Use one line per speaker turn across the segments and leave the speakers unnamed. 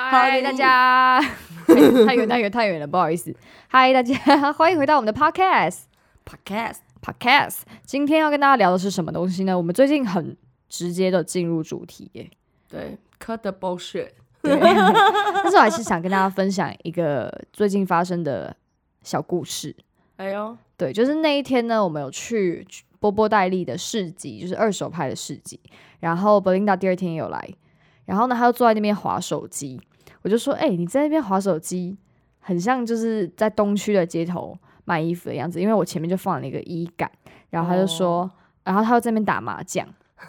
嗨，大家！哎太远太远太远了，不好意思。嗨，大家， 欢迎回到我们的 podcast
podcast，
podcast。今天要跟大家聊的是什么东西呢？我们最近很直接的进入主题耶。
对，cut the bullshit，
对但是我还是想跟大家分享一个最近发生的小故事。
哎呦，
对，就是那一天呢，我们有去波波戴利的市集，就是二手拍的市集。然后 Belinda 第二天也有来，然后呢，她就坐在那边划手机。我就说：“哎、你在那边划手机，很像就是在东区的街头卖衣服的样子。”因为我前面就放了一个衣杆，然后她就说，
哦
然后她又在那边打麻将，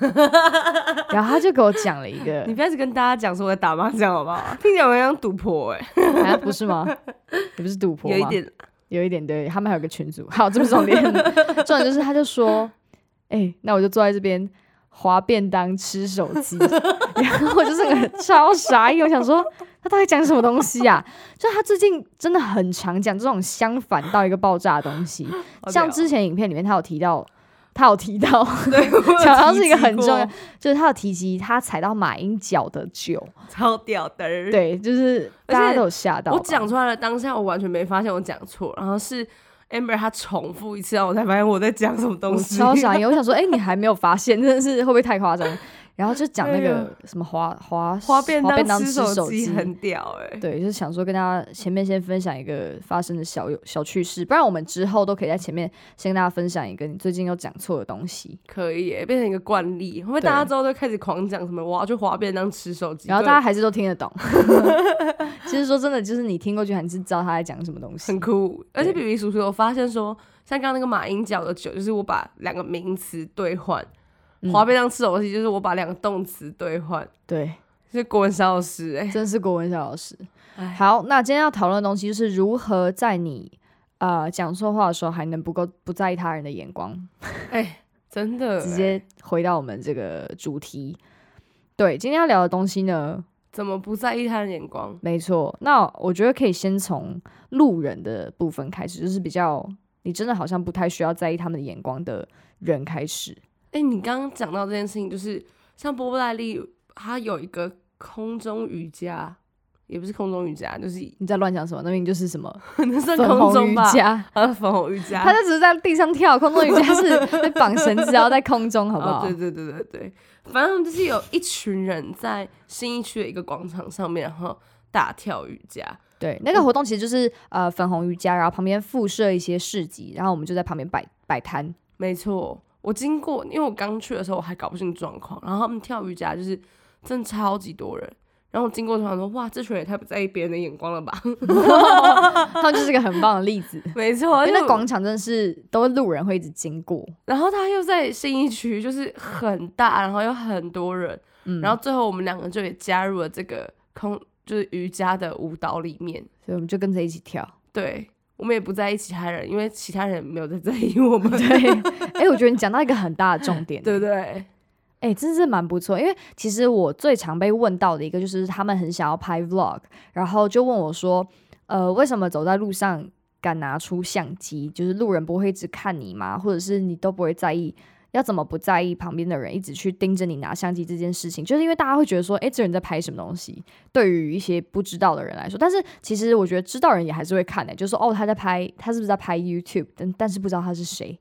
然后她就给我讲了一个
你，不要一直跟大家讲说我在打麻将好不 好？听起来我像赌博哎、
啊，不是吗？ 你不是赌博吗？
有一点，
有一点对，他们还有个群组。 好，这不是重 点，重点就是他就说，哎、那我就坐在这边划便当吃手 机，然后我就整个人超傻眼，我想说他到底讲什么东西啊？就他最近真的很常讲这种相反到一个爆炸的东西，像 之前影片里面他有提到，他有提到，
对，
讲到是一个很重要
要，，
就是他有提及他踩到马英脚的酒，
超屌的。，
对，就是
而且
大家都有吓到吧。
我讲出来了，当下我完全没发现我讲错，然后是 Amber 她重复一次，然后我才发现我在讲什么东
我
西。
超 傻眼，我 想说，哎、你还没有发现，真的是会不会太夸 张？然后就讲那
哎呀
个什么滑啊滑
花便
当
当
吃
手
机，
很屌哎、
对，就是想说跟大家前面先分享一个发生的小有小趣事，不然我们之后都可以在前面先跟大家分享一个你最近有讲错的东西，
可以、欸，变成一个惯例，会不会
对
大家之后都开始狂讲什么我要去滑便当吃手机？
然后
对
大家还是都听得 懂。其实说真的，就是你听过去，还是知道他在讲什么东西
很。酷。而且比
对
比叔叔，我发现说，像刚刚那个马英角的酒，就是我把两个名词兑换；
嗯
滑、便当吃东西，就是我把两个动词兑换。
对，
是国文小老师哎、
真是国文小老师
哎。
好，那今天要讨论的东西就是如何在你呃讲错话的时候，还能不够不在意他人的眼光。
哎、真的、
直
欸
接回到我们这个主题。对，今天要聊的东西呢，
怎么不在意他人眼光？
没错。那我觉得可以先从路人的部分开始，就是比较你真的好像不太需要在意他们的眼光的人开始。
哎、你刚刚讲到这件事情，就是像波波戴利，他有一个空中瑜伽，也不是空中瑜伽，就是
你在乱讲什么？那明明就是什么
那算
粉
空
红瑜
中吧？
伽，
啊，粉红瑜伽，
他就只是在地上跳，空中瑜伽是被绑绳子然后在空中，好不好？
哦？对对对对对，反正就是有一群人在新一区的一个广场上面，然后大跳瑜伽。
对，那个活动其实就是呃粉红瑜伽，然后旁边附设一些市集，然后我们就在旁边摆摆摊。
没错，我经过，因为我刚去的时候我还搞不清状况，然后他们跳瑜伽就是真的超级多人。然后我经过，突然说：“哇，这群人也太不在意别人的眼光 了吧
他们就是一个很棒的例子。！”
没错，而
因
且
为哎那
哦我
广场真的是都路人会一直经过，
然后他又在新一区，就是很大，然后有很多人。
嗯，
然后最后我们两个就也加入了这个空，就是瑜伽的舞蹈里面。
所以我们就跟着一起跳。
对，我们也不在意其他人，因为其他人没有在在意我们，
对， 哎、我觉得你讲到一个很大的重点，
对不对？
哎、真是蛮不错。因为其实我最常被问到的一个就是他们很想要拍 vlog，然后就问我说，呃，为什么走在路上敢拿出相机？就是路人不会一直看你吗？或者是你都不会在意？要怎么不在意旁边的人一直去盯着你拿相机这件事情？就是因为大家会觉得说，哎、这人在拍什么东西？对于一些不知道的人来说，但是其实我觉得知道人也还是会看的、就是说哦，他在拍，他是不是在拍 YouTube？但但是不知道他是谁，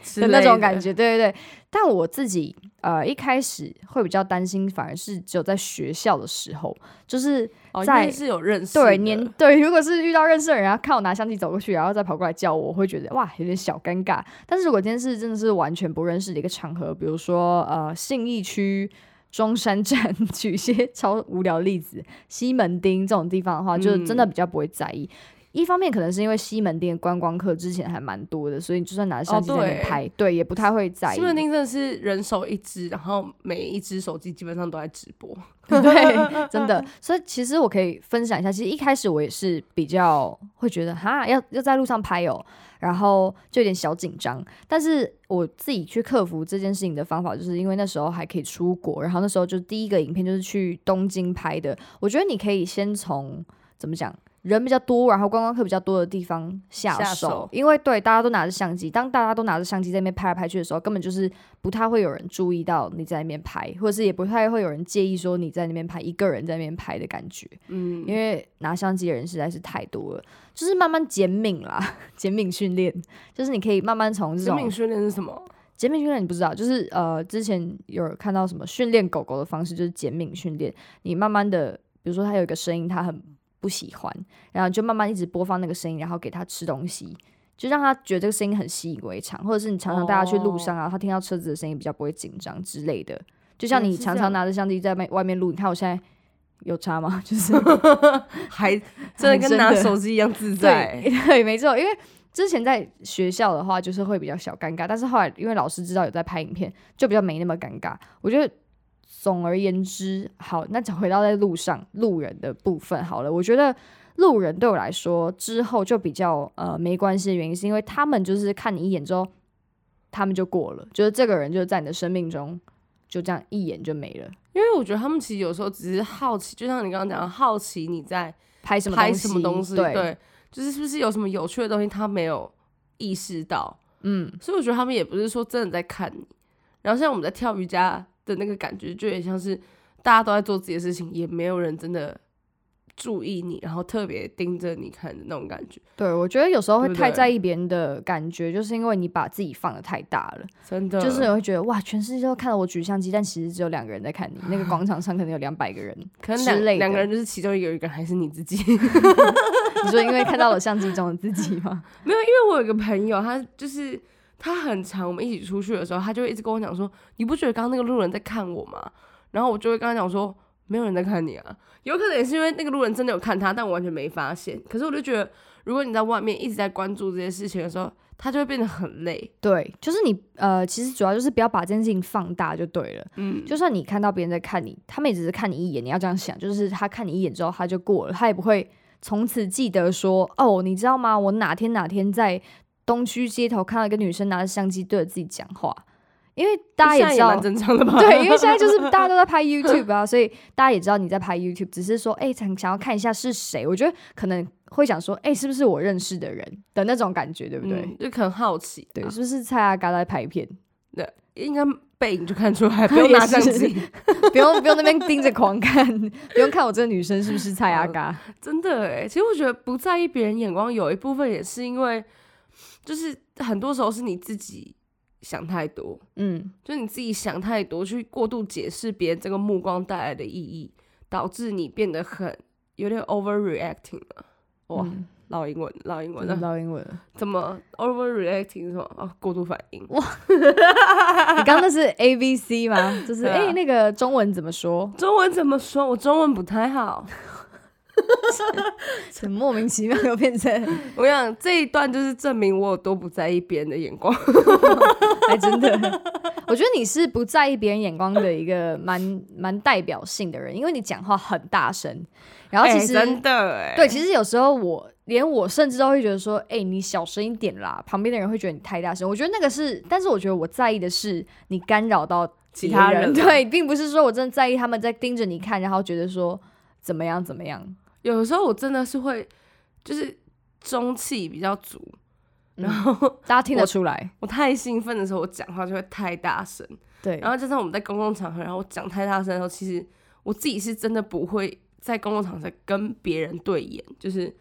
是
的那种感。觉，对对对。但我自己呃一开始会比较担心，反而是只有在学校的时候，就是
哦，因
在
为是有认识的，
对年对，如果是遇到认识的人，然后看我拿相机走过去，然后再跑过来叫我，我会觉得哇有点小尴尬。但是如果今天是真的是完全不认识的一个场合，比如说呃信义区。中山站 举一些超无聊的例子，西门町这种地方的话，就真的
嗯
比较不会在意。一方面可能是因为西门町的观光客之前还蛮多的，所以你就算拿相机在那
哦对
边拍，对，也不太会在意。
西门町真的是人手一只，然后每一只手机基本上都在直播。
对，真 的。所以其实我可以分享一下，其实一开始我也是比较会觉得哈，要要在路上拍哦，然后就有点小紧张。但是我自己去克服这件事情的方法，就是因为那时候还可以出国，然后那时候就第一个影片就是去东京拍的。我觉得你可以先从怎么讲，人比较多，然后观光客比较多的地方下手，
下手
因为对大家都拿着相机，当大家都拿着相机在那边拍来拍去的时候，根本就是不太会有人注意到你在那边拍，或者是也不太会有人介意说你在那边拍一个人在那边拍的感觉，
嗯，
因为拿相机的人实在是太多了，就是慢慢减敏啦， 减敏训练，就是你可以慢慢从这
生
种
命训练是什么？
减敏训练你不知道，就是呃，之前有看到什么训练狗狗的方式，就是减敏训练。你慢慢的，比如说它有一个声音，它很不喜欢，然后你就慢慢一直播放那个声音，然后给它吃东西，就让它觉得这个声音很习以为常，或者是你常常带它去路上
哦
啊，它听到车子的声音比较不会紧张之类的。就像
嗯
你
是
常
这
常
样
拿着相机在外外面录，你看我现在有差吗？ 就是
还真的
真的
跟拿手机一样自在。
对 对，没错，因为之前在学校的话，就是会比较小尴尬，但是后来因为老师知道有在拍影片，就比较没那么尴尬。我觉得总而言之，好，那讲回到在路上路人的部分好了，我觉得。路人对我来说之后就比较呃没关系的原因，是因为他们就是看你一眼之后，他们就过了，就是这个人就在你的生命中就这样一眼就没了。
因为我觉得他们其实有时候只是好奇，就像你刚刚讲的，好奇你在
拍什么
拍什么东
东
西，
对，
对，就是是不是有什么有趣的东西他没有意识到，
嗯，
所以我觉得他们也不是说真的在看你。然后像我们在跳瑜伽的那个感觉，就有点像是大家都在做自己的事情，也没有人真的注意你，然后特别盯着你看的那种感觉，
对，我觉得有时候会
对不
太
对
在意别人的感觉，就是因为你把自己放的太大了，
真的
就是你会觉得哇，全世界都看到我举相机，但其实只有两个人在看你。那个广场上可能有两百个人，
可能
之类的
两两个人就是其中一个有一个人还是你自己。
你说因为看到了相机中的自己吗？
没有，因为我有一个朋友，他就是他很常我们一起出去的时候，他就会一直跟我讲说，你不觉得刚刚那个路人在看我吗？然后我就会跟他讲说，没有人在看你啊。有可能也是因为那个路人真的有看他，但我完全没发现。可是我就觉得，如果你在外面一直在关注这些事情的时候，他就会变得很累。
对，就是你呃，其实主要就是不要把这件事情放大就对了。
嗯，
就算你看到别人在看你，他们也只是看你一眼，你要这样想，就是他看你一眼之后他就过了，他也不会从此记得说哦，你知道吗？我哪天哪天在东区街头看到一个女生拿着相机对着自己讲话，因为大家
现
也
在也
知道
蛮。正常的吧？
对，因为现在就是大家都在拍 YouTube 啊，所以大家也知道你在拍 YouTube，只是说，哎、想想要看一下是谁。我觉得可能会想说，哎、是不是我认识的人的那种感觉，对不对？
嗯， 啊就很好奇。
对，是不是蔡阿嘎在拍片？
应该背影就看出 来，不用拿相
也
机，
不用不用那边盯着狂看，不用看我这个女生是不是蔡阿嘎。
真的哎，其实我觉得不在意别人眼光，有一部分也是因为，就是很多时候是你自己想太多，
嗯，
就你自己想太多，去过度解释别人这个目光带来的意义，导致你变得很有点 overreacting 了。哇，
嗯
老英文，老英
我
文
知
了，
道英文了。
怎么 overreacting 是什么？哦，过度反应。
你刚刚那是 A B C 吗？就是
对
哎、
啊
那个中文怎么说？
中文怎么说？我中文不太好。
很莫名其妙又变成，
我跟你讲，这一段就是证明我有多不在意别人的眼光。
还真的。我觉得你是不在意别人眼光的一个蛮蛮代表性的人，因为你讲话很大声，然后其实、
哎真的哎，
对，其实有时候我连我甚至都会觉得说，哎、你小声一点啦，旁边的人会觉得你太大声。我觉得那个是，但是我觉得我在意的是你干扰到
其
别
他人啊
对，并不是说我真的在意他们在盯着你看，然后觉得说怎么样怎么样。
有的时候我真的是会，就是中气比较足，然后
嗯大家听得
我
出来，
我太兴奋的时候，我讲话就会太大声，
对
然后加上我们在公共场合，然后我讲太大声的时候，其实我自己是真的不会在公共场合跟别人对眼，就是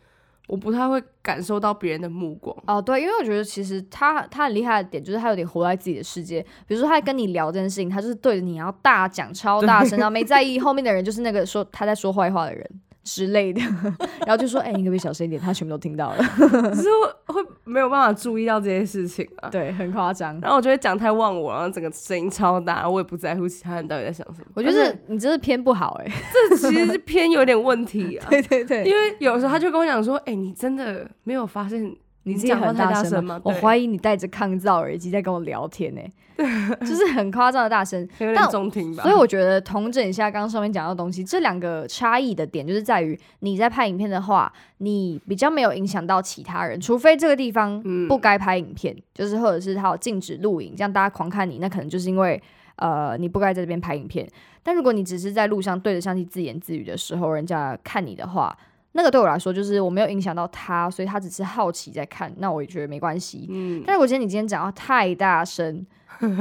我不太会感受到别人的目 光。
哦，对，因为我觉得其实他他很厉害的点就是他有点活在自己的世界。比如说他在跟你聊这件事情，他就是对着你然后大讲超大声，然后没在 意后面的人就是那个说他在说坏话的人之类的， 然后就说：“哎、你可不可以小声一点？”他全部都听到了，
可是我会没有办法注意到这些事情啊。
对，很夸张。
然后我就会讲太忘我，然后整个声音超大，我也不在乎其他人到底在想什么。
我觉
但
得
是
你真是偏不好哎、欸
这其实是偏有点问题 啊。
对对对，
因为有时候他就跟我讲说：“哎、你真的没有发现
你自己
讲话
很
太
大
声
声吗？我
我
怀疑你戴着抗噪耳机在跟我聊天呢、 就是很夸张的大声。
有
但
点中听吧。
所以我觉得同整一下刚刚上面讲到的东西，这两个差异的点就是在于你在拍影片的话，你比较没有影响到其他人，除非这个地方
嗯
不该拍影片，就是或者是它有禁止录影，这样大家狂看你，那可能就是因为呃你不该在这边拍影片。但如果你只是在路上对着相机自言自语的时候，人家看你的话，那个对我来说就是我没有影响到他，所以他只是好奇在看，那我也觉得没关系。
嗯，
但是我觉得你今天讲到太大 声，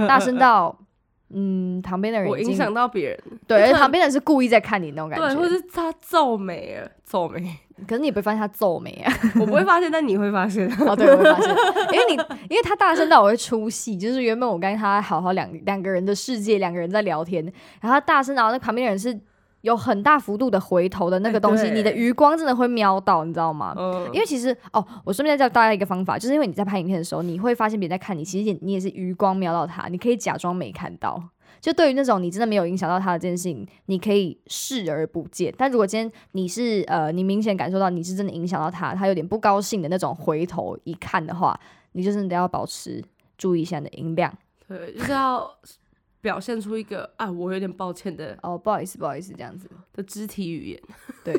大声到嗯，旁边的人
我
已
影
经
响到别人，
对，
你
而且
可能
旁边的人是故意在看你那种感
对，或
觉。
是他皱眉了，皱眉，
可是你也不会发现他皱眉啊？
我不会发现，但你会发现。
哦，对，我会发现，因为你因为他大声到我会出戏，就是原本我跟他好好两两个人的世界，两个人在聊天，然后他大声，然后那旁边的人是有很大幅度的回头的那个
哎
东西，
对
你的余光真的会瞄到，你知道吗？
嗯，
因为其实哦，我顺便再教大家一个方法，就是因为你在拍影片的时候，你会发现别人在看你，其实也你也是余光瞄到他，你可以假装没看到。就对于那种你真的没有影响到他的这件事情，你可以视而不见。但如果今天你是呃，你明显感受到你是真的影响到他，他有点不高兴的那种，回头一看的话，你就是得要保持注意一下你的音量。
对，就是要表现出一个啊，我有点抱歉的
哦，不好意思，不好意思，这样子。
的肢体语言。
对，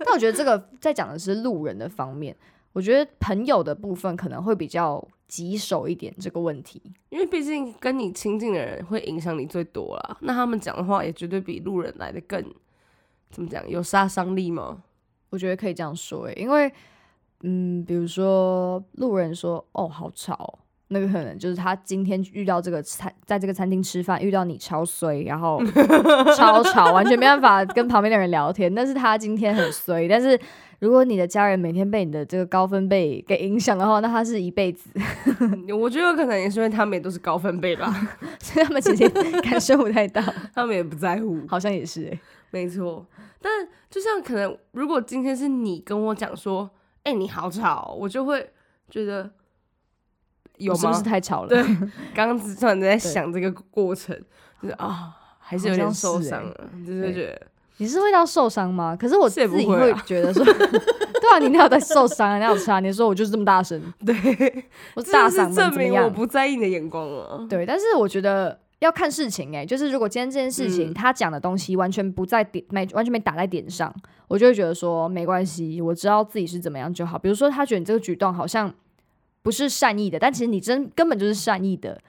但我觉得这个在讲的是路人的方面，我觉得朋友的部分可能会比较棘手一点这个问题。
因为毕竟跟你亲近的人会影响你最多啦，那他们讲的话也绝对比路人来的更怎么讲有杀伤力吗？
我觉得可以这样说、欸，因为嗯，比如说路人说哦好吵哦，那个可能就是他今天遇到这个餐，在这个餐厅吃饭遇到你超衰，然 后超吵，完全没办法跟旁边的人聊天。但是他今天很衰，但是如果你的家人每天被你的这个高分贝给影响的话，那他是一辈子，
嗯我觉得有可能也是因为他们也都是高分贝吧，
所以他们其实感受不太到，
他们也不在乎。
好像也是、欸，
没错，但就像可能如果今天是你跟我讲说，哎、你好吵，我就会觉得有
我是
吗
不？是太吵了？
对刚刚只突然在想这个过程，就是啊。还是有点
欸
受伤了，就是会觉得
你是会到受伤吗？可是我
是
自
也不
己
会
会
啊
觉得说， 对啊，你那有在受伤啊，那有差。你说我就是这么大声，
对，
我
这
大嗓
就是
门
证
怎么
明我
样？
不在意你的眼光啊了。
对，但是我觉得要看事情哎、就是如果今天这件事情、
嗯
他讲的东西完全不在点，没完全没打在点上，我就会觉得说没关系，我知道自己是怎么样就好。比如说他觉得你这个举动好像不是善意的，但其实你真根本就是善意的，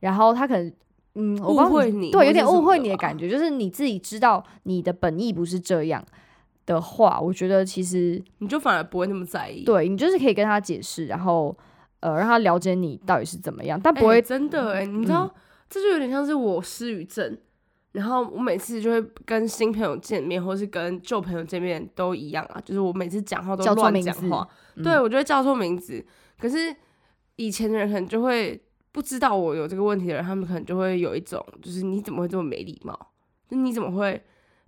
然后他可能。嗯，我
误
帮
会你或
对，有
是
点
什
误
么啊
会
的
你的
吧
感觉，就是你自己知道你的本意不是这样的话，我觉得其实
你就反而不会那么在意。
对你就是可以跟他解释，然后呃让他了解你到底是怎么样，但
哎，
不会、嗯
真的哎、你知道、这就有点像是我失语症。然后我每次就会跟新朋友见面，或是跟旧朋友见面都一样啊，就是我每次讲话都
叫错
乱
名
讲
字
话，
嗯
对我就会叫错名字。可是以前的人可能就会不知道我有这个问题的人，他们可能就会有一种就是你怎么会这么没礼貌？就你怎么会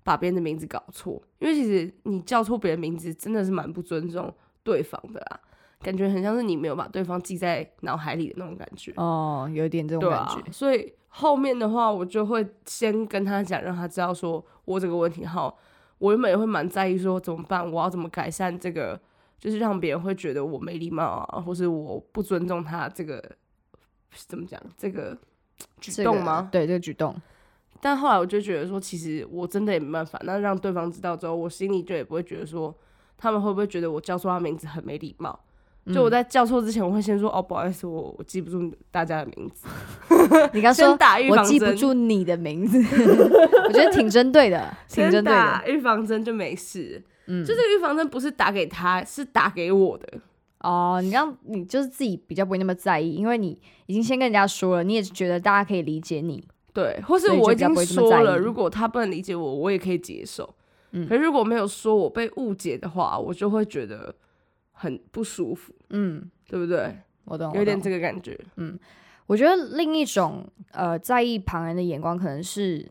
把别人的名字搞错？因为其实你叫错别人名字真的是蛮不尊重对方的啦，感觉很像是你没有把对方记在脑海里的那种感觉。
哦，有一点这种
对
感
啊
觉。，
所以后面的话，我就会先跟他讲，让他知道说我这个问题号，我原本也会蛮在意说怎么办，我要怎么改善这个，就是让别人会觉得我没礼貌啊，或是我不尊重他这个怎么讲这个举
这个
动吗？
对，这个举动，
但后来我就觉得说，其实我真的也没办法，那让对方知道之后，我心里就也不会觉得说他们会不会觉得我叫错他名字很没礼貌。
嗯
就我在叫错之前，我会先说哦，不好意思，我我记不住大家的名字，
你刚
先
说
打预
我
防
记不
针。
住你的名字， 我觉得挺针对的，挺针
先
对的。
打啊预防针就没事。
嗯，
就这个预防针不是打给他，是打给我的。
哦，你让你就是自己比较不会那么在意，因为你已经先跟人家说了，你也觉得大家可以理解你。
对，或是
所以就
我已
比较
经
不会这么
说
在
了，
意
如果他不能理解我，我也可以接受。
嗯
可是如果没有说，我被误解的话，我就会觉得很不舒服，
嗯，
对不对？
我懂，
有
我
点
懂
这个感觉。
我觉得另一种呃，在意旁人的眼光，可能是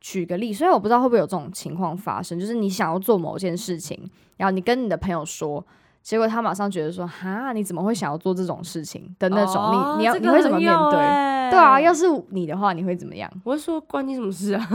举个例，虽然我不知道会不会有这种情况发生，就是你想要做某件事情，然后你跟你的朋友说，结果他马上觉得说，哈，你怎么会想要做这种事情的那种，
哦
你你要、
这
你
个
会怎么
很
面
有
对？
欸
对啊，要是你的话，你会怎么样？
我会说关你什么事啊？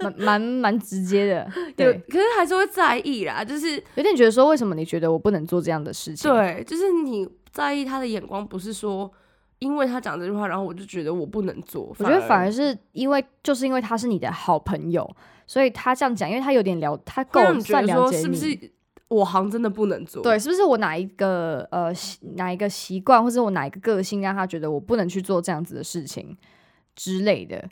蛮蛮蛮直接的，
有，
对，
可是还是会在意啦，就是
有点觉得说，为什么你觉得我不能做这样的事情？，
对，就是你在意他的眼光，不是说因为他讲这句话，然后我就觉得我不能做。
我觉得反而是因为，就是因为他是你的好朋友，所以他这样讲，因为他有点了，他够
会让你觉
算
得
了
说
解你，
是不是我好像真的不能做？
对，是不是我哪一个呃习哪一个习惯，或者我哪一个个性，让他觉得我不能去做这样子的事情之类的？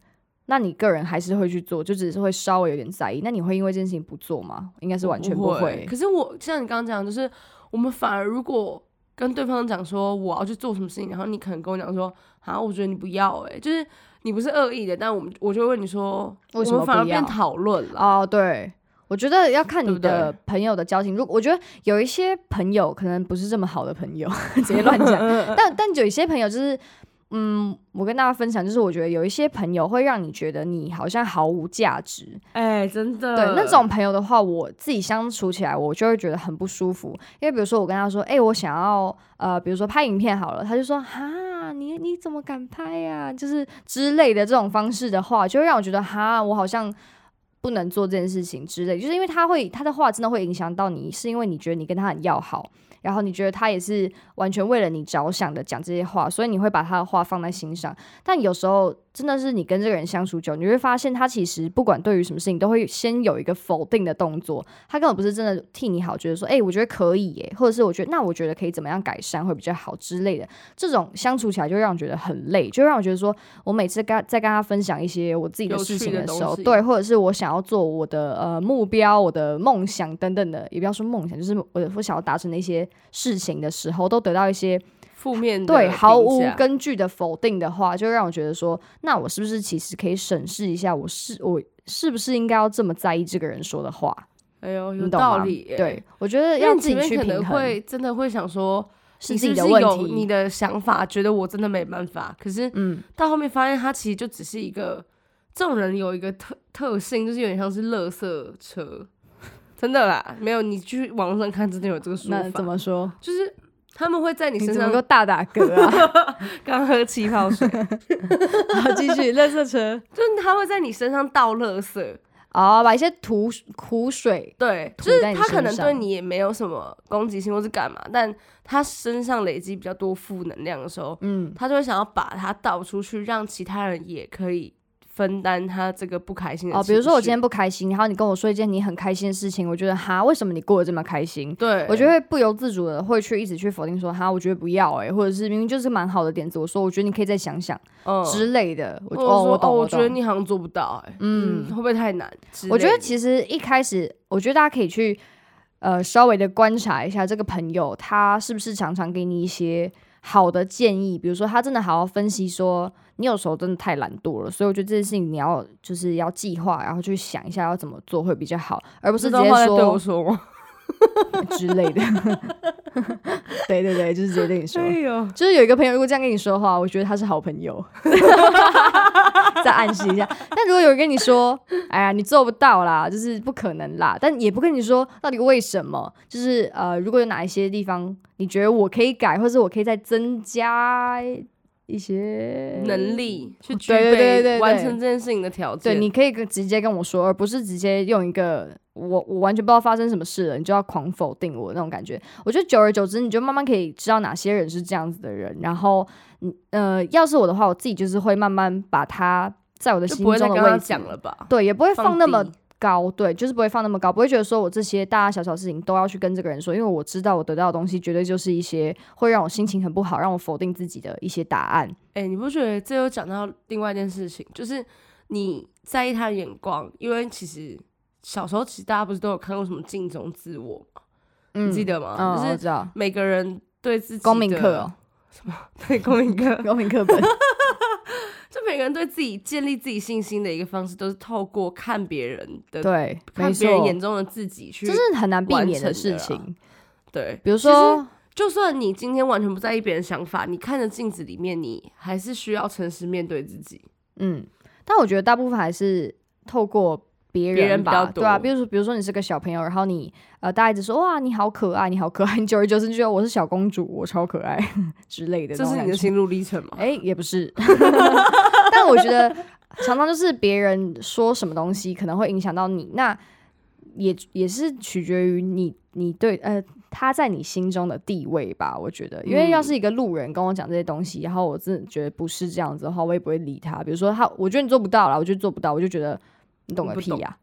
那你个人还是会去做，就只是会稍微有点在意。那你会因为这件事情不做吗？应该是
我
完全
不
会。
可是我像你刚刚讲，就是我们反而如果跟对方讲说我要去做什么事情，然后你可能跟我讲说啊，我觉得你不要、欸，就是你不是恶意的，但我们我就会问你说，
为什
我
么
们反而
不要
变讨论了？
哦，对，我觉得要看
对
你
不对
的朋友的交情。如果我觉得有一些朋友可能不是这么好的朋友， 直接乱讲。 但但有一些朋友就是，嗯，我跟大家分享，就是我觉得有一些朋友会让你觉得你好像毫无价值。
哎、真的，
对那种朋友的话，我自己相处起来，我就会觉得很不舒服。因为比如说我跟他说，哎、我想要呃，比如说拍影片好了，他就说哈，你你怎么敢拍呀、就是之类的这种方式的话，就会让我觉得哈，我好像。不能做这件事情之类，就是因为他会他的话真的会影响到你，是因为你觉得你跟他很要好，然后你觉得他也是完全为了你着想的讲这些话，所以你会把他的话放在心上。但有时候真的是你跟这个人相处久，你会发现他其实不管对于什么事情，都会先有一个否定的动作。他根本不是真的替你好，觉得说，哎、我觉得可以耶，或者是我觉得那我觉得可以怎么样改善会比较好之类的。这种相处起来就让我觉得很累，就让我觉得说我每次跟他在跟他分享一些我自己的
有趣
事情
的
的
东
时候，
西
对，或者是我想要做我的呃目标、我的梦想等等的，也不要说梦想，就是我的我想要达成的一些事情的时候，都得到一些
负面的
对毫
评
无
价
根据的否定的话，就让我觉得说，那我是不是其实可以审视一下，我是我是不是应该要这么在意这个人说的话？
哎呦有
你懂吗
道理、欸，
对，我觉得
因为
要
你
自
前
己
面
去
可
平
能
衡
会真的会想说，
是
你
自
是
己
不
的
是
问
有你
题。
的想法，觉得我真的没办法，可是
嗯，
到后面发现他其实就只是一个这种人有一个特特性，就是有点像是垃圾车，真的啦，没有你去网络上看，真的有这个说
那
法
怎，么说？
就是他们会在你
你
身
怎么
上
给我大打嗝啊？
刚喝气泡水，
好，继续，垃圾 车。
就是他会在你身上倒垃圾，
哦，把一些苦苦水，
对，
涂
就是
在你
他可
身
能对
上
你也没有什么攻击性或是干嘛，但他身上累积比较多负能量的时候，
嗯，
他就会想要把它倒出去，让其他人也可以分担他这个不开心的
哦，比如说我
情绪
今天不开心，然后你跟我说一件你很开心的事情，我觉得哈，为什么你过得这么开心？
对，
我就会不由自主的会去一直去否定说哈，我觉得不要哎、或者是明明就是蛮好的点子，我说我觉得你可以再想想、
嗯
之类的。我
我
就
就
哦，
说
我懂，
我
懂
觉得你好像做不到、欸，哎，嗯，会不会太难之类的？
我觉得其实一开始，我觉得大家可以去呃稍微的观察一下这个朋友，他是不是常常给你一些好的建议，比如说他真的好好分析说。你有时候真的太懒惰了，所以我觉得这件事情你要就是要计划，然后去想一下要怎么做会比较好，而不
不
是直
道
接
话在
说
对我说 吗？
之类的。对对对，就是直接对你说。
哎呦，
就是有一个朋友，如果这样跟你说的话，我觉得他是好朋友， 再暗示一下。但如果有人跟你说，哎呀，你做不到啦，就是不可能啦，但也不跟你说到底为什么，就是呃，如果有哪一些地方你觉得我可以改，或者我可以再增加一些
能，力去
哦
具
对对对对
备
对
完成这件事情的条件，
对，你可以跟直接跟我说，而不是直接用一个我我完全不知道发生什么事了，你就要狂否定我那种感觉。我觉得久而久之，你就慢慢可以知道哪些人是这样子的人，然后你呃，要是我的话，我自己就是会慢慢把他在我的
就
心
不会
中的
再跟他
位置
讲，了吧？
对，也不会放那么
低。
高，对，就是不会放那么高，不会觉得说我这些大大小小事情都要去跟这个人说，因为我知道我得到的东西绝对就是一些会让我心情很不好，让我否定自己的一些答案。
哎、你不觉得这又讲到另外一件事情，就是你在意他的眼光，因为其实小时候其实大家不是都有看过什么《镜中自我》吗？
嗯，
你记得吗？
嗯，
就
我
是
知道，
每个人对自己
公民
的
课、 哦，
对公民课，
公民课本，
就每个人对自己建立自己信心的一个方式，都是透过看别人的，
对，
看
没
别人
错，
眼中的自己去
这。是很难避
完
免
成的
事
啦
情。
对，
比如
其实
说，
就算你今天完全不在意别人想法，你看着镜子里面，你还是需要诚实面对自己。
嗯，但我觉得大部分还是透过别
别
人
人比
吧，
较
对啊，
多
比如说，比如说你是个小朋友，然后你呃，大家一直说哇，你好可爱，你好可爱， 你久而久之就觉得我是小公主，我超可爱 之类的，
这是你的。心路历程吗？
哎、也不是， 但我觉得常常就是别人说什么东西可能会影响到你，那也也是取决于你你对呃他在你心中的地位吧。我觉得，因为要
嗯
是一个路人跟我讲这些东西，然后我真的觉得不是这样子的话，我也不会理他。比如说他，我觉得你做不到啦，我就做不到，我就觉得。你懂个
你不
屁
懂
呀、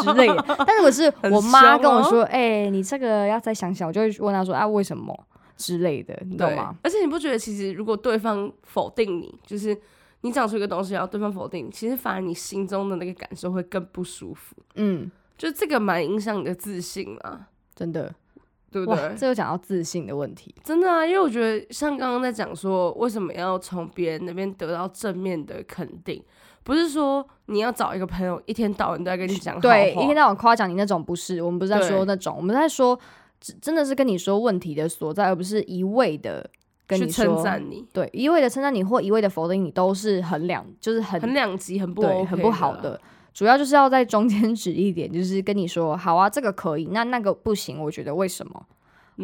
之类的。但如果是
很
我妈
凶
跟我
哦
说：“哎、你这个要再想想。”我就会问她说：“啊，为什么？”之类的，你懂
对
吗？？
而且你不觉得其实如果对方否定你，就是你讲出一个东西，然后对方否定，其实反而你心中的那个感受会更不舒服，
嗯，
就这个蛮影响你的自信啊，
真的，
对不
哇，
对？
这又讲到自信的问题，
真的啊，因为我觉得像刚刚在讲说，为什么要从别人那边得到正面的肯定，不是说你要找一个朋友一天到晚都在跟你讲好话，
对，一天到晚夸奖你那种不是，我们不是在
对
说那种，我们在说只真的是跟你说问题的所在，而不是一味的跟
去
你
称
说，
赞你，
对，一味的称赞你或一味的否定你，都是很两，就是很
很两极，很不、
对
OK、
很不好。的。主要就是要在中间指一点，就是跟你说，好啊，这个可以，那那个不行，我觉得为什么？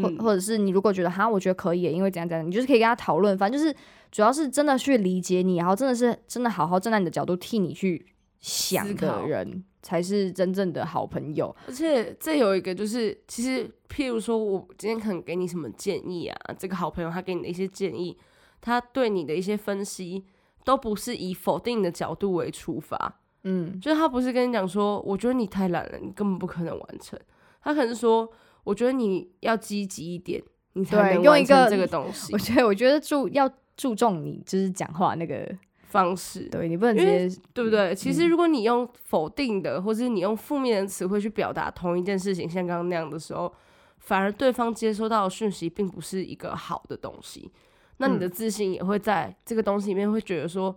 或、
嗯，
或者是你如果觉得哈，我觉得可以耶，因为怎样怎样，你就是可以跟他讨论，反正就是主要是真的去理解你，然后真的是真的好好站在你的角度替你去想
思
的
考
人，才是真正的好朋友。
而且这有一个就是，其实譬如说我今天可能给你什么建议啊，这个好朋友他给你的一些建议，他对你的一些分析，都不是以否定你的角度为出发，
嗯，
就是他不是跟你讲说，我觉得你太懒了，你根本不可能完成。他可能说，我觉得你要积极一点，你才
对
能
用
完
一个
成这个东西
我觉得我觉得注要注重你就是讲话那个，
方式，
对你不能
因为
直接
对不对？其
嗯
实如果你用否定的，或者你用负面的词汇去表达同一件事情，像刚刚那样的时候，反而对方接收到的讯息并不是一个好的东西，那你的
嗯
自信也会在这个东西里面会觉得说，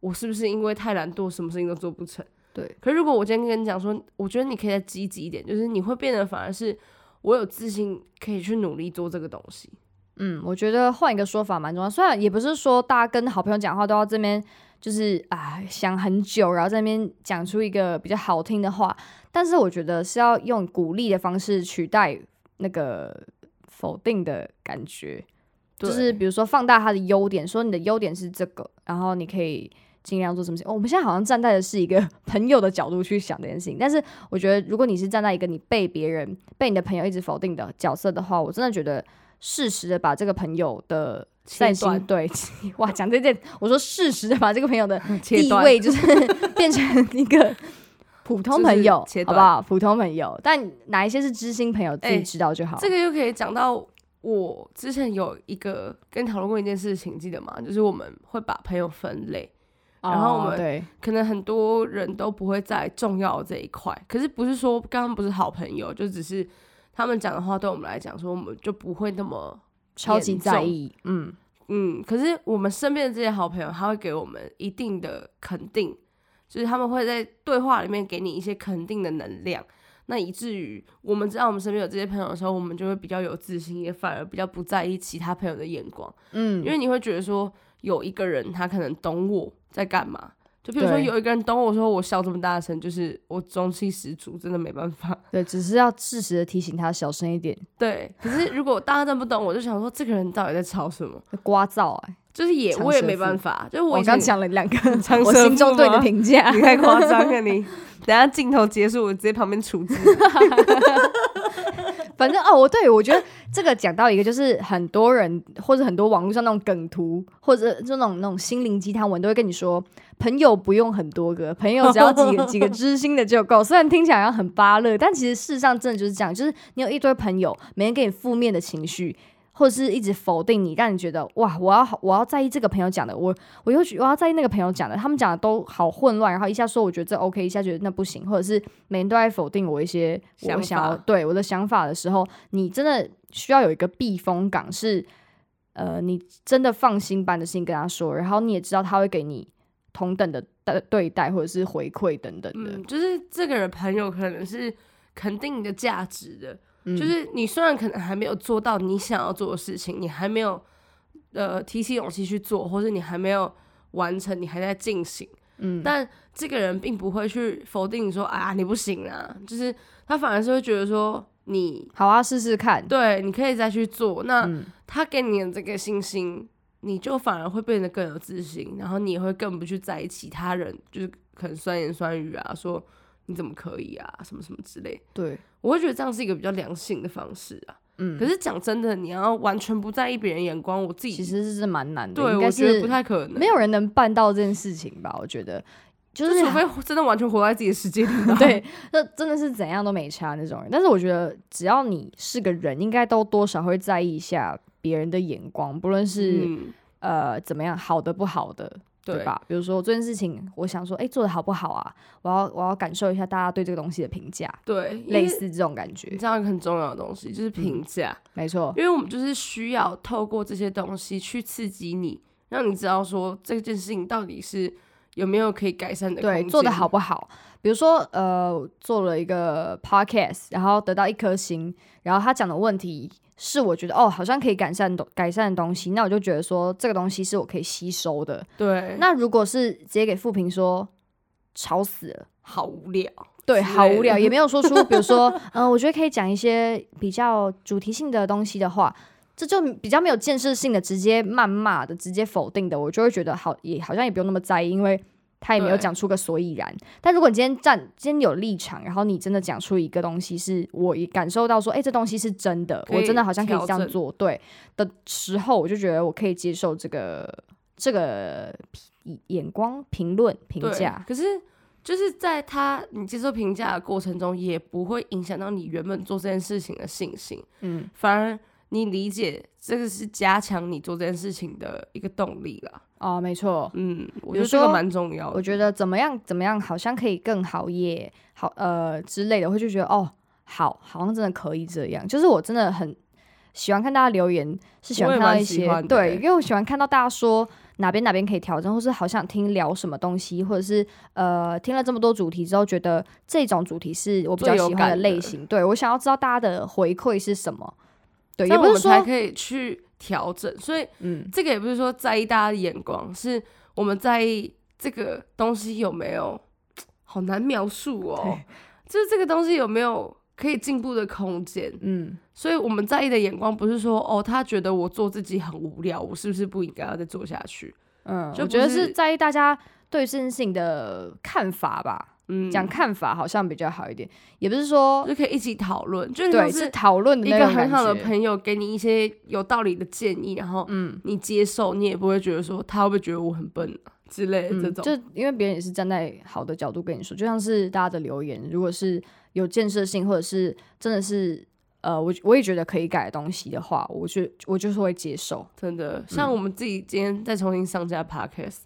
我是不是因为太懒惰，什么事情都做不成？
对。
可是如果我今天跟你讲说，我觉得你可以再积极一点，就是你会变得反而是我有自信可以去努力做这个东西。
嗯，我觉得换一个说法蛮重要。虽然也不是说大家跟好朋友讲话都要这边就是啊想很久，然后在那边讲出一个比较好听的话，但是我觉得是要用鼓励的方式取代那个否定的感觉，就
对
是比如说放大他的优点，说你的优点是这个，然后你可以。尽量做什么事情、哦我们现在好像站在的是一个 朋友的角度去想这件事情，但是我觉得，如果你是站在一个你被别人、被你的朋友一直否定的角色的话，我真的觉得适时的把这个朋友的善
切
心
断
对， 哇，讲这件，我说适时的把这个朋友的
切
地
断
位就是变成一个普通
就是
朋友，
切
好不
断
好？普通朋友，但哪一些是知心朋友，自己
哎
知道就好。
这个又可以讲到我之前有一个跟你讨论过一件事情，记得吗？就是我们会把朋友分类，然后我
哦
们
对，
可能很多人都不会在重要的这一块，可是不是说刚刚不是好朋友，就只是他们讲的话对我们来讲说，我们就不会那么
超级
严
在
重
意，嗯，
嗯，可是我们身边的这些好朋友，他会给我们一定的肯定，就是他们会在对话里面给你一些肯定的能量，那以至于我们知道我们身边有这些朋友的时候，我们就会比较有自信，也反而比较不在意其他朋友的眼光，
嗯，
因为你会觉得说有一个人他可能懂我在干嘛。就比如说
对
有一个人懂我说我笑这么大声，就是我中气十足，真的没办法。
对，只是要适时的提醒他小声一点，
对，可是如果大家真的不懂，我就想说这个人到底在吵什么？
刮噪哎、
就是也
强
我也
势
没
妇
办法，就是我
我
以
哦刚
前
讲了两个
强
我
色
心中
妇
对你的
吗
评价
你，太夸张了 你！等下镜头结束，我直接旁边处置。
反正哦，我对我觉得这个讲到一个，就是很多人或者很多网络上那种梗图，或者就那种那种心灵鸡汤文，都会跟你说，朋友不用很多个，朋友只要几个几个知心的就够。虽然听起来好像很巴乐，但其实事实上真的就是这样，就是你有一堆朋友，每天给你负面的情绪。或者是一直否定你，让你觉得哇，我要我要在意这个朋友讲的，我我又觉我要在意那个朋友讲的，他们讲的都好混乱，然后一下说我觉得这 OK，一下觉得那不行，或者是每人都在否定我一些我
想
想要
法
对我的想法的时候，你真的需要有一个避风港是，呃，你真的放心把你的事情跟他说，然后你也知道他会给你同等的对对待或者是回馈等等的，
嗯，就是这个人朋友可能是肯定你的价值的，
嗯
就是你虽然可能还没有做到你想要做的事情，你还没有呃提起勇气去做，或者你还没有完成，你还在进行，
嗯，
但这个人并不会去否定你说啊你不行啊，就是他反而是会觉得说你
好啊，试试看，
对你可以再去做，那。
嗯，
他给你的这个信心，你就反而会变得更有自信，然后你也会更不去在意其他人，就是可能酸言酸语啊，说你怎么可以啊，什么什么之类。
对，
我会觉得这样是一个比较良性的方式啊。
嗯，
可是讲真的，你要完全不在意别人眼光，我自己
其实是真的蛮难的，
对
应该
我觉
是
得不太可能，
没有人能办到这件事情吧？我觉得就
就是除非真的完全活在自己的世界里吧。
对，那真的是怎样都没差那种人。但是我觉得，只要你是个人，应该都多少会在意一下别人的眼光，不论是、
嗯，
呃怎么样，好的不好的，对
对
吧？比如说我这件事情，我想说，哎、做的好不好啊？我要我要感受一下大家对这个东西的评价，
对，因
类
为
似这嗯种感
你
觉，
知道一个很重要的东西就是评价，
没错，
因为我们就是需要透过这些东西去刺激你，让你知道说这件事情到底是有没有可以改善的空
对，
间
做的好。不好？比如说，呃，做了一个 podcast，然后得到一颗星，然后他讲的问题是我觉得哦，好像可以改善的改善的东西，那我就觉得说这个东西是我可以吸收的。
对，
那如果是直接给负评说吵死了，
好无聊。
对，
之
好
类
无聊，
的
也没有说出，比如 说，嗯、我觉得可以讲一些比较主题性的东西的话，这就比较没有建设性的，直接谩骂的，直接否定的，我就会觉得好，也好像也不用那么在意，因为他也没有
对
讲出个所以然。但如果你今天站，今天有立场，然后你真的讲出一个东西是，我也感受到说，哎、这东西是真的，
可
我
以
真的好像可以
调
这样
整
做，对的时候，我就觉得我可以接受这个这个眼眼光、评论、评
对，
价，
可是就是在他你接受评价的过程中，也不会影响到你原本做这件事情的信心，
嗯。
反而你理解这个是加强你做这件事情的一个动力啦。
哦，没错，
嗯，我
比如
觉得这个
说
蛮重要
我
的。
觉得怎么样怎么样，好像可以更好耶，好呃之类的，会就觉得哦，好，好像真的可以这样。就是我真的很喜欢看大家留言，是喜
我
欢
也
看到
蛮
一
喜
些
欢的
对，
欸
因为我喜欢看到大家说哪边哪边可以调整，或是好想听聊什么东西，或者是呃听了这么多主题之后，觉得这种主题是我比较
最有
喜欢的
感
类
的
型。对我想要知道大家的回馈是什么。对，也
这样
不
我
是
们才
说
可以去调整，所以
嗯，
这个也不是说在意大家的眼光，是我们在意这个东西有没有，好难描述哦，就是这个东西有没有可以进步的空间。
嗯，
所以我们在意的眼光不是说哦，他觉得我做自己很无聊，我是不是不应该要再做下去？
嗯，
就
我
不
觉得是
是
在意大家对这件事情的看法吧，
嗯，
讲看法好像比较好一点，也不是说
就可以一起讨论，就
对
像
是
是
讨论的
一
那
个
种
很好的
感觉
朋友给你一些有道理的建议，然后
嗯
你接受，你也不会觉得说他会不会觉得我很笨啊之类的这
嗯，
种。
就因为别人也是站在好的角度跟你说，就像是大家的留言，如果是有建设性或者是真的是呃，我我也觉得可以改的东西的话，我就我就是会接受，
真的，像我们自己今天再重新上架 podcast，、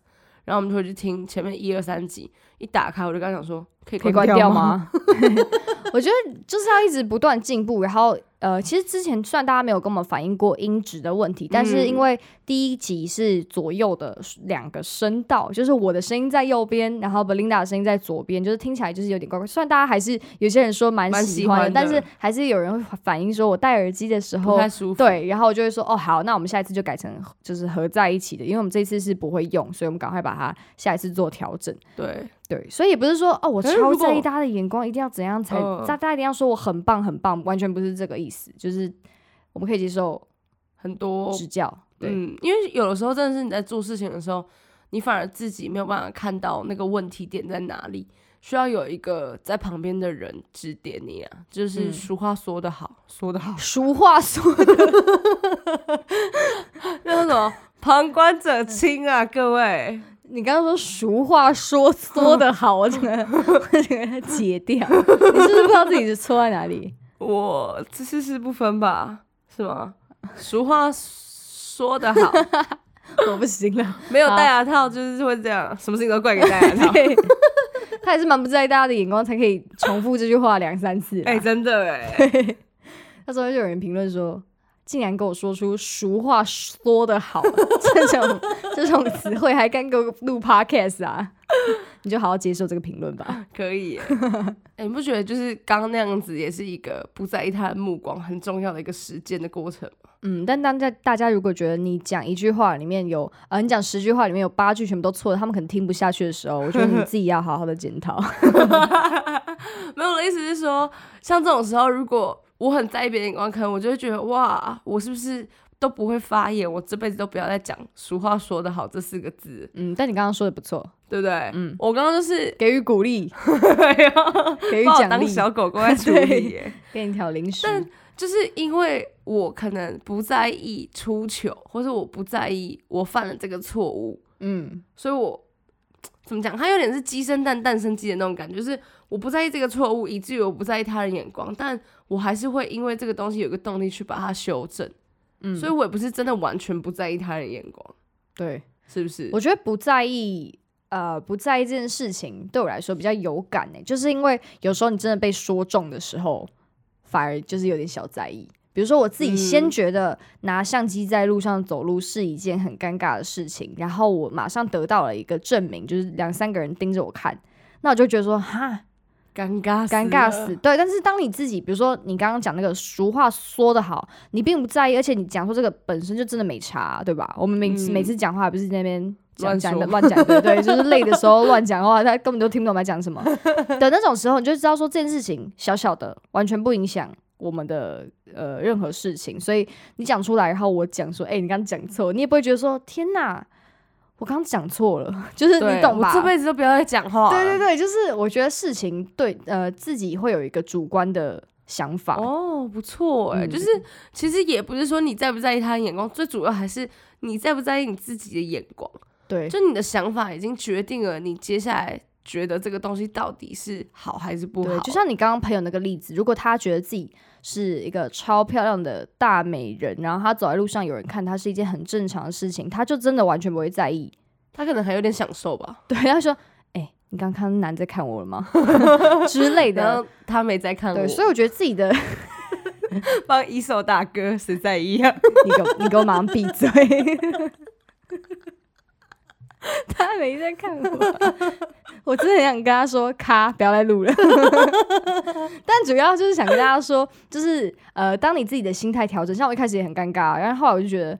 然后我们就会去听前面一二三集，一打开我就刚想说，可以
可以关
掉
掉？吗？ 我觉得就是要一直不断进步，然后呃，其实之前虽然大家没有跟我们反映过音质的问题，但
嗯
是因为第一集是左右的两个声道，就是我的声音在右边，然后 Belinda 的声音在左边，就是听起来就是有点怪怪。虽然大家还是有些人说蛮
蛮
喜
喜
欢的，
欢
但
的
是还是有人会反映说我戴耳机的时
不
候
太舒服。，
对，然后我就会说哦好，那我们下一次就改成就是合在一起的，因为我们这次是不会用，所以我们赶快把它下一次做调整。
对，
对，所以也不是说哦，我
可是
超
如
在意
果
大家的眼光，一定要怎样才，
嗯
大、家一定要说我很棒很棒，完全不是这个意思，就是我们可以接受
很多
指教，对，
嗯，因为有的时候真的是你在做事情的时候，你反而自己没有办法看到那个问题点在哪里，需要有一个在旁边的人指点你啊。就是
嗯
俗话说得好， 说得好，
俗话说的
那什么旁观者清啊，各位。
你刚刚说俗话说说的好，我整个我整个要解掉， 你是不是不知道自己是错在哪里？
我这世事不分吧？是吗？俗话说得好，
我不行 了，
没有
好
戴牙套就是会这样，什么事情都怪给戴牙 套。
对， 他还是蛮不在意大家的眼光，才可以重复这句话两三次啦。
哎、真的哎，
那时候就有人评论说，竟然跟我说出“俗话说得好”啊 这种这种词汇，还敢给我录 podcast 啊？ 你就好好接受这个评论吧。
可以耶。 哎、你不觉得就是刚刚那样子也是一个不在意他的目光很重要的一个实践的过程吗？
嗯，但当在大家如果觉得你讲一句话里面有，呃，你讲十句话里面有八句全部都错了，他们可能听不下去的时候，我觉得你自己要好好的检讨。
没有，我的意思是说，像这种时候，如果我很在意别人眼光，可能我就会觉得哇，我是不是都不会发言？我这辈子都不要再讲“俗话说得好”这四个字，
嗯，但你刚刚说的不错，
对不对？嗯，我刚刚就是
给予鼓 励，
对呀。
给予
哎把我
奖
当
励，
小狗狗在处
对
理 耶。
给你挑零食。
但就是因为我可能不在意出糗，或者我不在意我犯了这个错误，
嗯，
所以我怎么讲，它有点是鸡生蛋，蛋生鸡的那种感觉，就是我不在意这个错误，以至于我不在意他人眼光，但我还是会因为这个东西有个动力去把它修正。
嗯
所以我也不是真的完全不在意他人眼光。
对，
是不是？
我觉得不在意，呃，不在意这件事情对我来说比较有感呢、就是因为有时候你真的被说中的时候，反而就是有点小在意。比如说我自己先
嗯
觉得拿相机在路上走路是一件很尴尬的事情，然后我马上得到了一个证明，就是两三个人盯着我看，那我就觉得说哈，
尴尬，
尴尬死。！对，但是当你自己，比如说你刚刚讲那个俗话说得好，你并不在意，而且你讲说这个本身就真的没差啊、对吧？我们每次、每
嗯
次讲话还不是在那边讲
乱
讲
说
的乱讲的，对，就是累的时候乱讲话，他根本都听不懂我们在讲 什么的那种时候，你就知道说这件事情小小的，完全不影响。我们的呃任何事情，所以你讲出来，然后我讲说，哎、你刚刚讲错，你也不会觉得说，天哪，我刚刚讲错了，就是
对
你懂吧？
我这辈子都不要再讲话了。
对对对，就是我觉得事情对呃自己会有一个主观的想法，
哦，不错哎、
嗯
就是其实也不是说你在不在意他的眼光，最主要还是你在不在意你自己的眼光。
对
就你的想法已经决定了你接下来觉得这个东西到底是好还是不好。
对，就像你刚刚朋友那个例子，如果他觉得自己是一个超漂亮的大美人，然后他走在路上有人看他是一件很正常的事情，他就真的完全不会在意。
他可能还有点享受吧，
对，他说：“哎、你刚刚看男在看我了吗？” 之类
然
的。
后他没在看我，
对，所以我觉得自己的
以帮一手大哥谁在意啊？
你给我，你给我马上闭嘴！ 他没在看我，我真的很想跟他说，咔，不要再录了。 但主要就是想跟大家说，就是呃，当你自己的心态调整，像我一开始也很尴尬，然后后来我就觉得，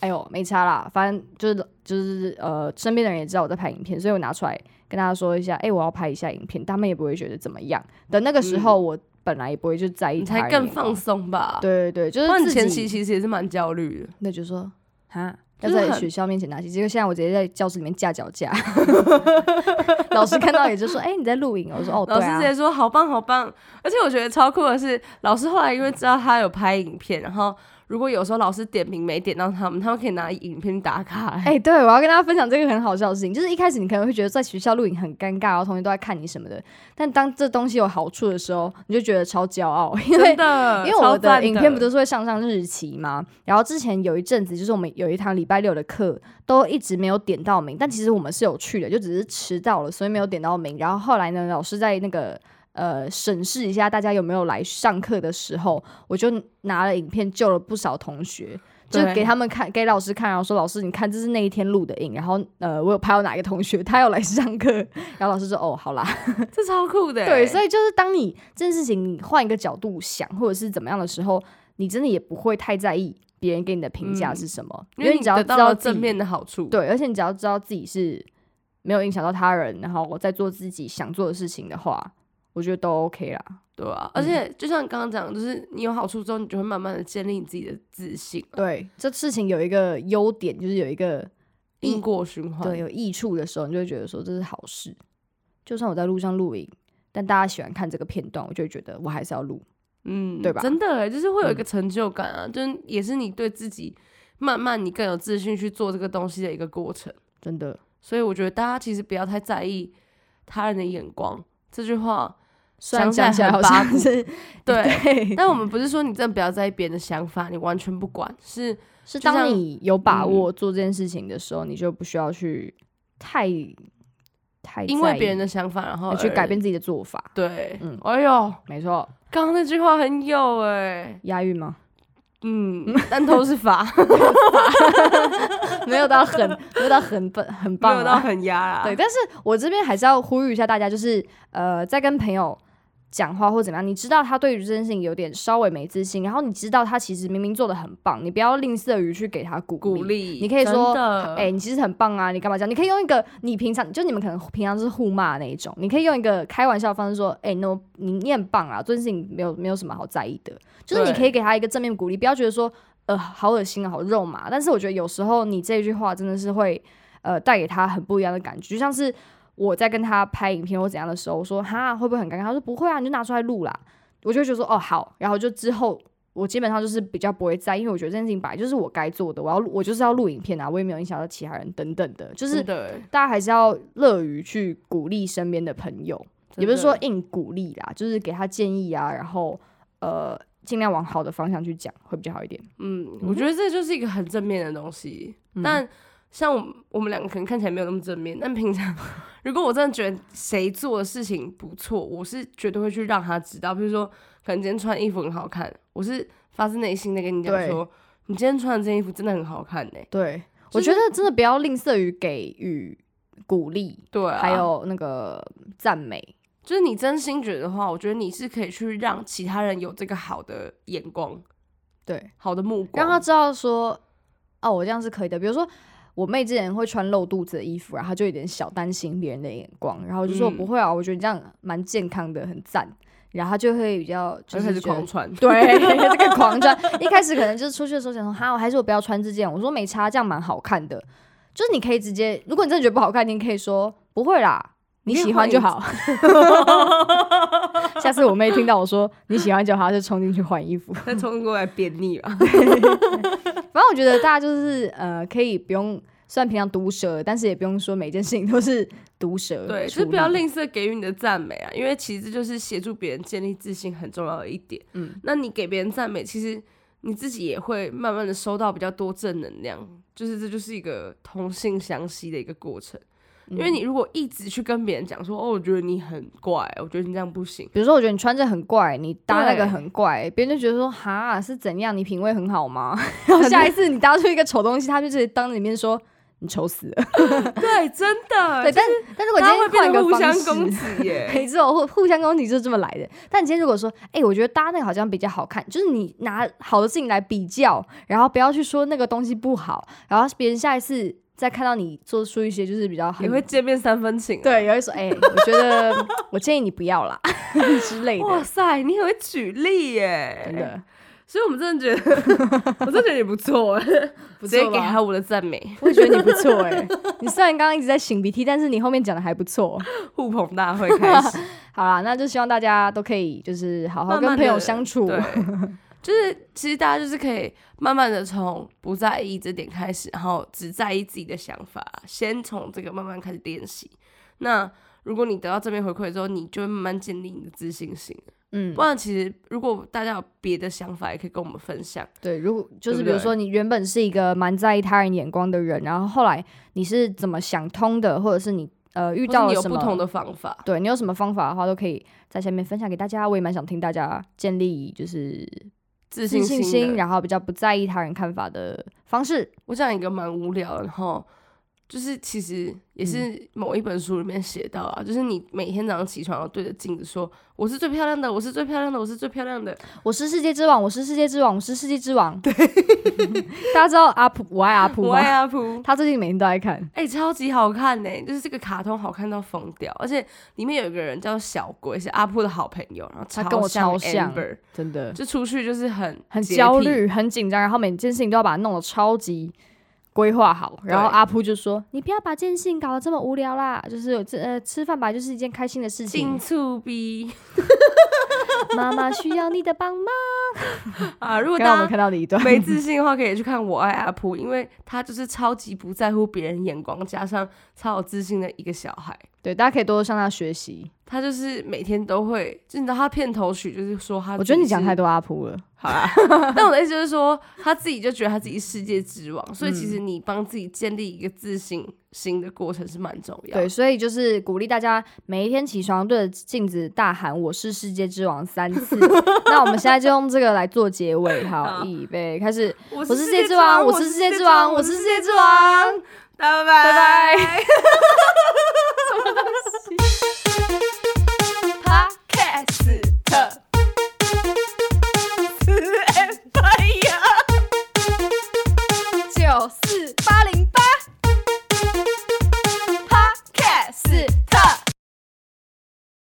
哎呦，没差啦，反正就是就是呃，身边的人也知道我在拍影片，所以我拿出来跟大家说一下，哎、我要拍一下影片，他们也不会觉得怎么样。的那个时候，我本来也不会就在意
嗯你
他人
才
眼光，
更放松吧？，
对对对，就
不然
是
你
自己
前期其实也是蛮焦虑的。
那就说哈，要
就是
在
很
学校面前拿起，结果现在我直接在教室里面架脚 架，老师看到也就说：“哎、你在录影哦。”我说：“哦，
老
对
师
啊
直。接说好棒好棒，而且我觉得超酷的是，老师后来因为知道他有拍影片，然后如果有时候老师点名没点到他们，他们可以拿影片打卡、 欸。
哎、对，我要跟大家分享这个很好笑的事情，就是一开始你可能会觉得在学校录影很尴尬，然后同学都在看你什么的。但当这东西有好处的时候，你就觉得超骄傲，因为
真的，
因为我
超赞
的
的
影片不都是会上上日期吗？然后之前有一阵子，就是我们有一堂礼拜六的课都一直没有点到名，但其实我们是有去的，就只是迟到了，所以没有点到名。然后后来呢，老师在那个呃审视一下大家有没有来上课的时候，我就拿了影片救了不少同学。就
对
给他们看，给老师看，然后说：“老师，你看，这是那一天录的影。”然后，呃，我有拍到哪个同学，他要来上课， 然后老师说：“哦，好啦。”
这超酷的欸、
对，所以就是当你这件事情你换一个角度想，或者是怎么样的时候，你真的也不会太在意别人给你的评价
嗯
是什么，
因
为
为
你
你
只要
得
知
到
道
了
自己
正面的好处，，
对，而且你只要知道自己是没有影响到他人，然后我在做自己想做的事情的话，我觉得都 OK 啦。
对啊。而且就像刚刚讲，就是你有好处之后，你就会慢慢的建立你自己的自信，
对， 这事情有一个优点，就是有一个
因果循环。
对有益处的时候，你就会觉得说这是好事。就算我在路上录影，但大家喜欢看这个片段，我就会觉得我还是要录。
嗯，
对吧嗯
真的欸，就是会有一个成就感啊，就是也是你对自己慢慢你更有自信去做这个东西的一个过程。
真的，
所以我觉得大家其实不要太在意他人的眼光这 句话，
虽然
想
讲
起
起
来
来
很
好
八
像
股
是
对。
对，
但我们不是说你真的不要在意别人的想法，你完全不管，是
是
就
当
像嗯
你有把握做这件事情的时候，你就不需要去太太
因为
在意
别人的想法，然后
而去
而
改变。自己的做法。
对，
嗯
哎呦，
没错，
刚刚那句话很有哎、
押韵吗？
嗯，但都是法，
没有到很，没有到很笨，很
没
棒
有到
啊。
很压啦。
对，但是我这边还是要呼吁一下大家，就是呃，在跟朋友讲话或怎么样，你知道他对于这件事情有点稍微没自信，然后你知道他其实明明做的很棒，你不要吝啬于去给他鼓
鼓
励。
励，
你可以说
真的
哎、你其实很棒啊，你干嘛这样？你可以用一个你平常就你们可能平常是互骂那一种，你可以用一个开玩笑的方式说，哎、那你你很棒啊，这件事情没有没有什么好在意的，就是你
对
可以给他一个正面鼓励，不要觉得说，呃，好恶心啊，好肉麻。但是我觉得有时候你这句话真的是会，呃，带给他很不一样的感觉，就像是我在跟他拍影片或怎样的时候，我说哈会不会很尴尬？他说不会啊，你就拿出来录啦。我就会觉得说哦好，然后就之后我基本上就是比较不会在意，因为我觉得这件事情本来就是我该做的，我要录我就是要录影片啊，我也没有影响到其他人等等的，就是
真的欸，
大家还是要乐于去鼓励身边的朋友，也不是
真的
说硬鼓励啦，就是给他建议啊，然后呃尽量往好的方向去讲会比较好一点。
嗯嗯，我觉得这就是一个很正面的东西，
嗯
但像我我们两个可能看起来没有那么正面，但平常如果我真的觉得谁做的事情不错，我是绝对会去让他知道。比如说，可能今天穿衣服很好看，我是发自内心的跟你讲
对
说，你今天穿的这件衣服真的很好看呢、欸
对，
就
我
是
觉得真的不要吝啬于给予鼓励，
对、啊，
还有那个赞美。
就是你真心觉得的话，我觉得你是可以去让其他人有这个好的眼光、
对，
好的目光，
让他知道说，哦，我这样是可以的。比如说，我妹之前会穿露肚子的衣服，然后她就有点小担心别人的眼光，然后我就说、
嗯
不会啊，我觉得你这样蛮健康的，很赞。然后她就会比较就
就是开始
觉得
狂 传。
对， 这个狂穿。一开始可能就是出去的时候想说，哈，我还是我不要穿这件。我说没差，这样蛮好看的。就是你可以直接，如果你真的觉得不好看，你可以说不会啦，你
你可以
喜欢就好。 下次我妹听到我说你喜欢就好，她就冲进去换衣服。
再冲过来扁你吧。
反正我觉得大家就是呃，可以不用，虽然平常毒舌，但是也不用说每件事情都是毒舌。
对，就是不要。吝啬给予你的赞美啊，因为其实这就是协助别人建立自信很重要的一点。
嗯，
那你给别人赞美，其实你自己也会慢慢的收到比较多正能量，就是这就是一个同性相吸的一个过程。因
嗯
为你如果一直去跟别人讲说，哦，我觉得你很怪，我觉得你这样 不行，
比如说，我觉得你穿这很怪，你搭那个
对
很怪，别人就觉得说哈是怎样，你品味很好 吗？然后下一次你搭出一个丑东西，他就直接当着里面说你丑死了。
对，真的，
对，但但如果今
啊大家
天
会
换
变
一
得
个
互
方
相
式，
攻击耶。
没错，互互相攻击就是这么来的。但你今天如果说，哎、我觉得搭那个好像比较好看，就是你拿好的事情来比较，然后不要去说那个东西不好，然后别人下一次再看到你做出一些就是比较很
也会见面三分情、啊，
对，也会说，哎、我觉得我建议你不要啦 之类
哇
的，
塞，你很会举例耶，
真的。
所以我们真的觉得， 我真的觉得你不错，
不错
直接给
吧
他我的赞美，
我也觉得你不错哎、你虽然刚刚一直在擤鼻涕，但是你后面讲的还不错。
互捧大会开始，
好啦，那就希望大家都可以就是好好
慢慢
跟
地
朋友相处。
对，就是其实大家就是可以慢慢的从不在意这点开始，然后只在意自己的想法，先从这个慢慢开始练习。那如果你得到正面回馈之后，你就会慢慢建立你的自信心。
嗯
不，然，其实如果大家有别的想法，也可以跟我们分享。
对，如果就是
对不
比如
对
说你原本是一个蛮在意他人眼光的人，然后后来你是怎么想通的，或者是你呃遇
遇
到了
有
什
不
么
同的方法，
对你有什么方法的话，都可以在下面分享给大家。我也蛮想听大家建立就是自
自信
信
心的
心，然后比较不在意他人看法的方式。
我讲一个蛮无聊的，然后就是其实也
嗯
是某一本书里面写到啊，就是你每天早上起床要对着镜子说：“我是最漂亮的，我是最漂亮的，我是最漂亮的。
我是世界之王，我是世界之王，我是世界之王。对， 大家知道阿普，我爱阿”普啊
我
吗？
爱阿普，
他最近每天都在看，
哎、超级好看呢、就是这个卡通好看到疯掉，而且里面有一个人叫小鬼，是阿普的好朋友，然后
他跟我超像
Amber，
真的
就出去就是很
很
洁
焦
癖，
虑、很紧张，然后每件事情都要把它弄得超级规划好。然后
对
阿普就说：“你不要把这件事情搞得这么无聊啦，就是有这呃吃饭吧，就是一件开心的事
进
情。
醋逼
妈妈需要你的帮 忙。
啊！如”果
刚刚我
大
们
家
看到的一段，
没自信的话，可以去看《我爱阿普》，因为他就是超级不在乎别人眼光，加上超有自信的一个小孩。
对，大家可以多多向他学习。
他就是每天都会，就你知道他片头曲就是说他，
我觉得你讲太， 多阿普了，
好啦。但我的意思就是说，他自己就觉得他自己是世界之王，所以其实
嗯
你帮自己建立一个自信心的过程是蛮重要的
对，。所以就是鼓励大家每一天起床对着镜子大喊“我是世界之王”三次。那我们现在就用这个来做结尾，好，
好
预备开始。
我
是世界之王我是世界之王我是世界之王，
大家拜拜
拜拜。